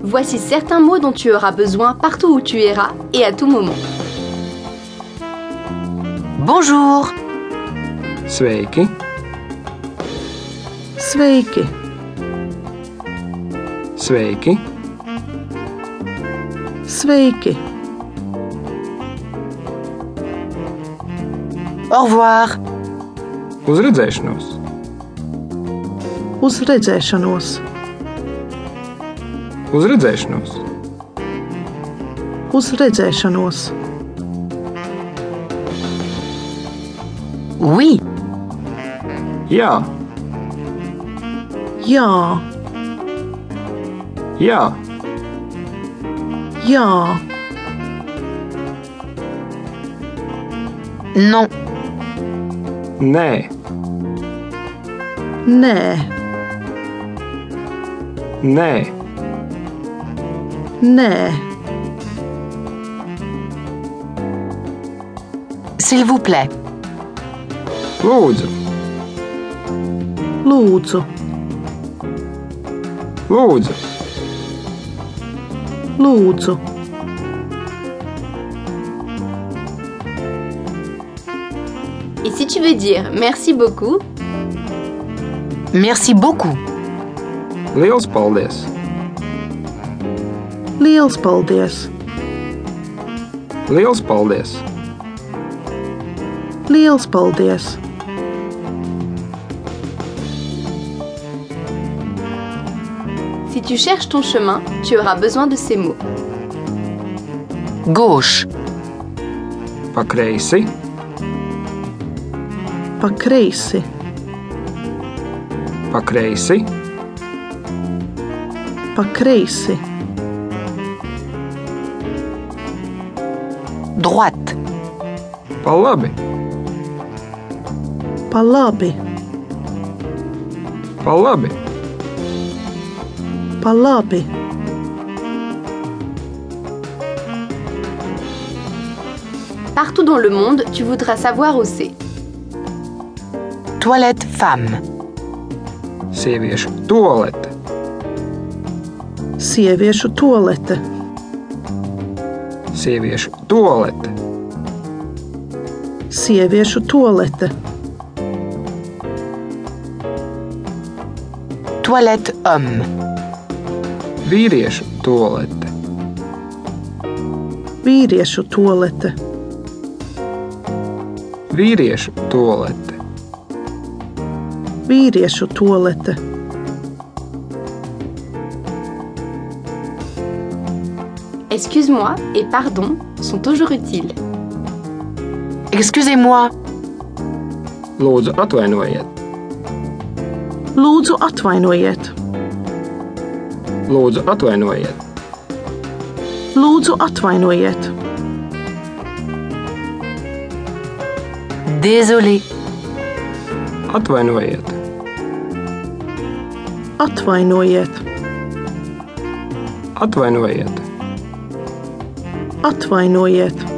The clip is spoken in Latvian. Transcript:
Voici certains mots dont tu auras besoin partout où tu iras et à tout moment. Bonjour. Sveiki, Sveiki. sveiki, Sveiki. Au revoir. uz redzēšanos! Uz redzēšanos, Uz redzēšanos! uz redzēšanos, Oui. Jā, jā, jā, jā, Non. nē, nē, nē, nē, S'il vous plaît. lūdzu, lūdzu, lūdzu, lūdzu, Et si tu veux dire merci beaucoup, Merci beaucoup. liels paldies! liels paldies, Liels paldies! liels paldies, si tu cherches ton chemin, tu auras besoin de ces mots. Gauche. Pa kreisi, pa kreisi, pa kreisi, pa kreisi, Droite. pa labi, pa labi, pa labi, pa labi, Partout dans le monde, tu voudras savoir où c'est. Toilette femme. sieviešu toalete, sieviešu toalete, sieviešu toalete, sieviešu toalete, Toilette homme. vīriešu toalete, vīriešu toalete, vīriešu toalete, vīriešu toalete, Excuse-moi et pardon sont toujours utiles. Excusez-moi. lūdzu atvainojiet, lūdzu atvainojiet, lūdzu atvainojiet, lūdzu atvainojiet, Désolé. atvainojiet, atvainojiet, atvainojiet, atvainojiet,